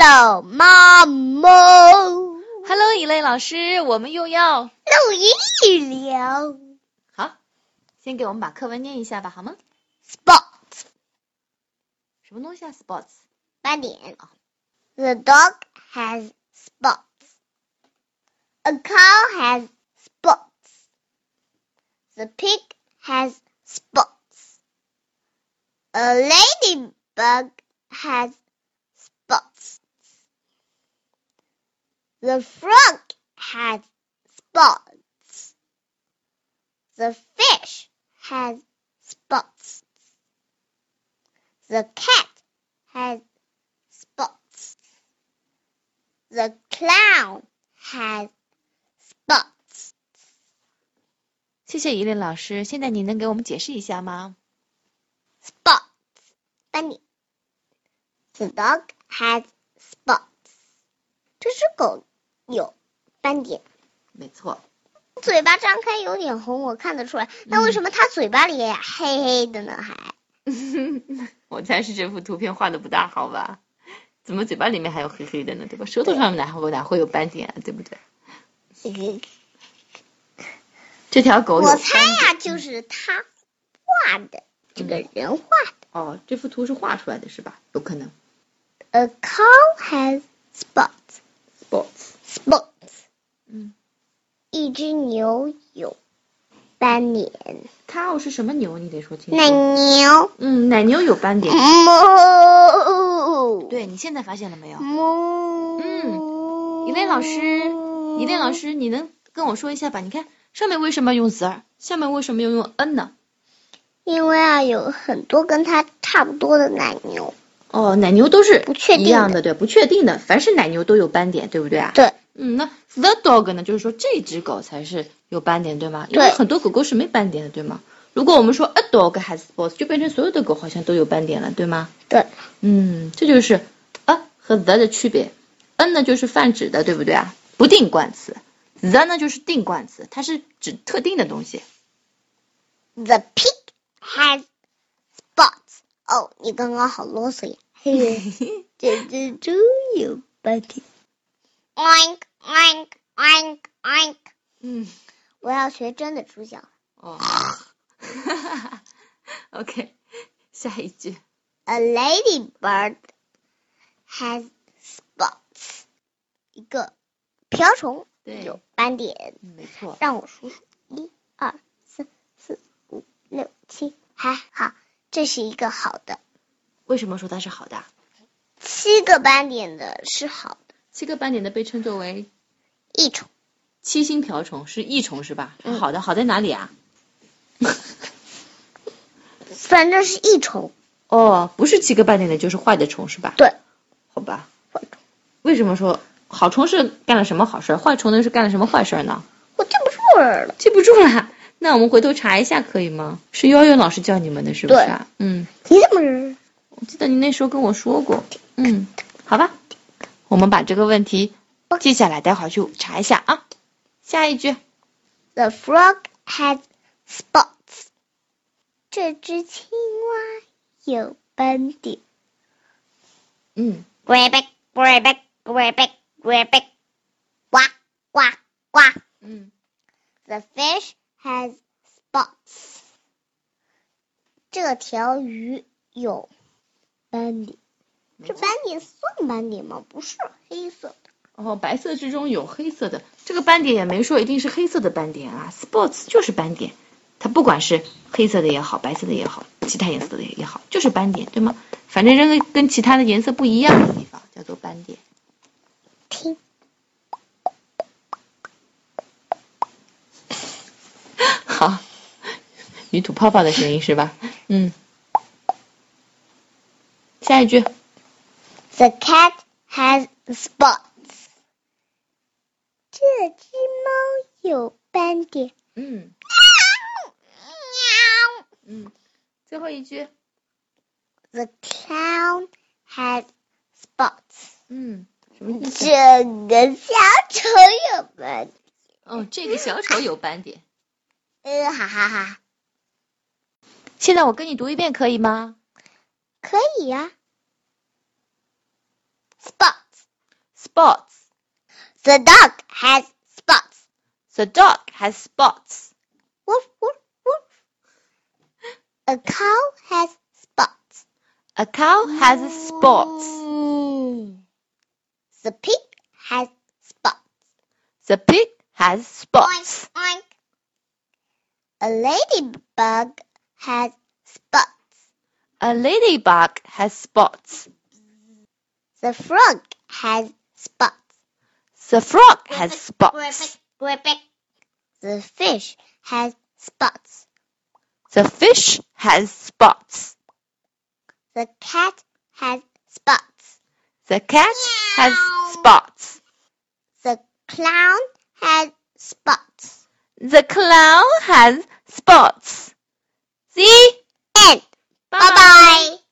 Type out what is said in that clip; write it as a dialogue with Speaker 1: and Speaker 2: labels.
Speaker 1: 有妈妈，
Speaker 2: Hello，以类老师，我们又要
Speaker 1: 录音了。
Speaker 2: 好，先给我们把课文念一下吧，好吗？
Speaker 1: Spot
Speaker 2: 什么东西啊？Sports。
Speaker 1: 斑点。The dog has spots. A cow has spots. The pig has spots. A ladybug has spots. The frog has spots. The fish has spots. The cat has spots. The clown has spots.
Speaker 2: 谢谢以类老师，现在你能给我们解释一下吗？
Speaker 1: Spots. Bunny. The dog has spots. 这只狗有斑点，
Speaker 2: 没错，
Speaker 1: 嘴巴张开有点红，我看得出来。那为什么它嘴巴里也黑黑的呢？还
Speaker 2: 我猜是这幅图片画的不大好吧？怎么嘴巴里面还有黑黑的呢？对吧？舌头上面哪会哪会有斑点啊？对不对？这条狗有
Speaker 1: 我
Speaker 2: 斑
Speaker 1: 猜
Speaker 2: 点
Speaker 1: 呀、就是他画的，这个人画的。
Speaker 2: 哦，这幅图是画出来的是吧？有可能。
Speaker 1: A cow has spots,
Speaker 2: Sports。
Speaker 1: spots。
Speaker 2: 嗯，
Speaker 1: 一只牛有斑点，
Speaker 2: cow 是什么牛？你得说清
Speaker 1: 奶
Speaker 2: 楚。
Speaker 1: 牛
Speaker 2: 嗯，奶牛有斑点。
Speaker 1: 哞，
Speaker 2: 嗯对你现在发现了没有？
Speaker 1: 哞。
Speaker 2: 嗯，一类老师，一类老师，你能跟我说一下吧？你看上面为什么用 the，下面为什么要用 n 呢？
Speaker 1: 因为啊，有很多跟它差不多的奶牛。
Speaker 2: 哦，奶牛都是
Speaker 1: 不确定的
Speaker 2: 一样的，对，不确定的，凡是奶牛都有斑点，对不对啊？
Speaker 1: 对，
Speaker 2: 嗯，那 the dog 呢，就是说这只狗才是有斑点，对吗？因为
Speaker 1: 对
Speaker 2: 很多狗狗是没斑点的，对吗？如果我们说 a dog has spots，就变成所有的狗好像都有斑点了，对吗？
Speaker 1: 对，
Speaker 2: 嗯，这就是 a 和 the 的区别。n 呢就是泛指的，对不对啊？不定冠词。the 呢就是定冠词，它是指特定的东西。
Speaker 1: The pig has spots. 哦，你刚刚好啰嗦呀！ 嘿，这只猪有斑点。Oink oink oink oink！
Speaker 2: 嗯，
Speaker 1: 我要学真的猪叫。
Speaker 2: 哦，OK，下一句。
Speaker 1: A ladybird has spots. 一个瓢虫
Speaker 2: 对
Speaker 1: 有斑点。
Speaker 2: 嗯没错。
Speaker 1: 让我数数，一、二、三、四、五、六、七，还好，这是一个好的。
Speaker 2: 为什么说它是好的啊？
Speaker 1: 七个斑点的是好的，
Speaker 2: 七个斑点的被称作为
Speaker 1: 一种
Speaker 2: 七星瓢虫，是益虫是吧？好的，好在哪里啊？
Speaker 1: 反正是一虫。
Speaker 2: 哦，不是七个斑点的，就是坏的虫是吧？
Speaker 1: 对，
Speaker 2: 好吧。为什么说好虫是干了什么好事儿，坏虫呢是干了什么坏事儿呢？
Speaker 1: 我记不住了。
Speaker 2: 记不住了， 那我们回头查一下可以吗？是悠悠老师教你们的，是不是啊？嗯，
Speaker 1: 你怎么？
Speaker 2: 我记得你那时候跟我说过。嗯，好吧，我们把这个问题记下来，待会儿去查一下啊。下一句，
Speaker 1: The frog has spots。这只青蛙有斑点。
Speaker 2: 嗯，
Speaker 1: Grab it, grab it, grab it, grab it。呱呱呱
Speaker 2: 嗯，
Speaker 1: The fish has spots。这条鱼有斑点。这斑点算斑点吗？不是黑色的。
Speaker 2: 哦，白色之中有黑色的，这个斑点也没说一定是黑色的斑点啊，spots 就是斑点，它不管是黑色的也好，白色的也好，其他颜色的也好，就是斑点，对吗？反正这个跟其他的颜色不一样的地方叫做斑点。
Speaker 1: 听，
Speaker 2: 好，鱼吐泡泡的声音是吧？嗯。下一句，
Speaker 1: The cat has spots。这只猫有斑点。
Speaker 2: 嗯嗯，最后一句，
Speaker 1: The clown has spots。
Speaker 2: 嗯，什么意思？
Speaker 1: 整个小丑有斑点。
Speaker 2: 哦，这个小丑有斑点。
Speaker 1: 呃，哈哈哈，
Speaker 2: 现在我跟你读一遍可以吗？
Speaker 1: 可以呀、啊。Spots
Speaker 2: spots.
Speaker 1: The dog has spots.
Speaker 2: The dog has spots.
Speaker 1: Woof, woof, woof. A cow has spots.
Speaker 2: A cow has spots.
Speaker 1: The pig has spots.
Speaker 2: The pig has spots.
Speaker 1: Oink. A ladybug has spots.
Speaker 2: A ladybug has spots.
Speaker 1: The frog has spots.
Speaker 2: The frog has spots.
Speaker 1: The fish has spots.
Speaker 2: The fish has spots.
Speaker 1: The cat has spots.
Speaker 2: The cat has spots.
Speaker 1: The clown has spots.
Speaker 2: The clown has spots. See?
Speaker 1: And bye bye.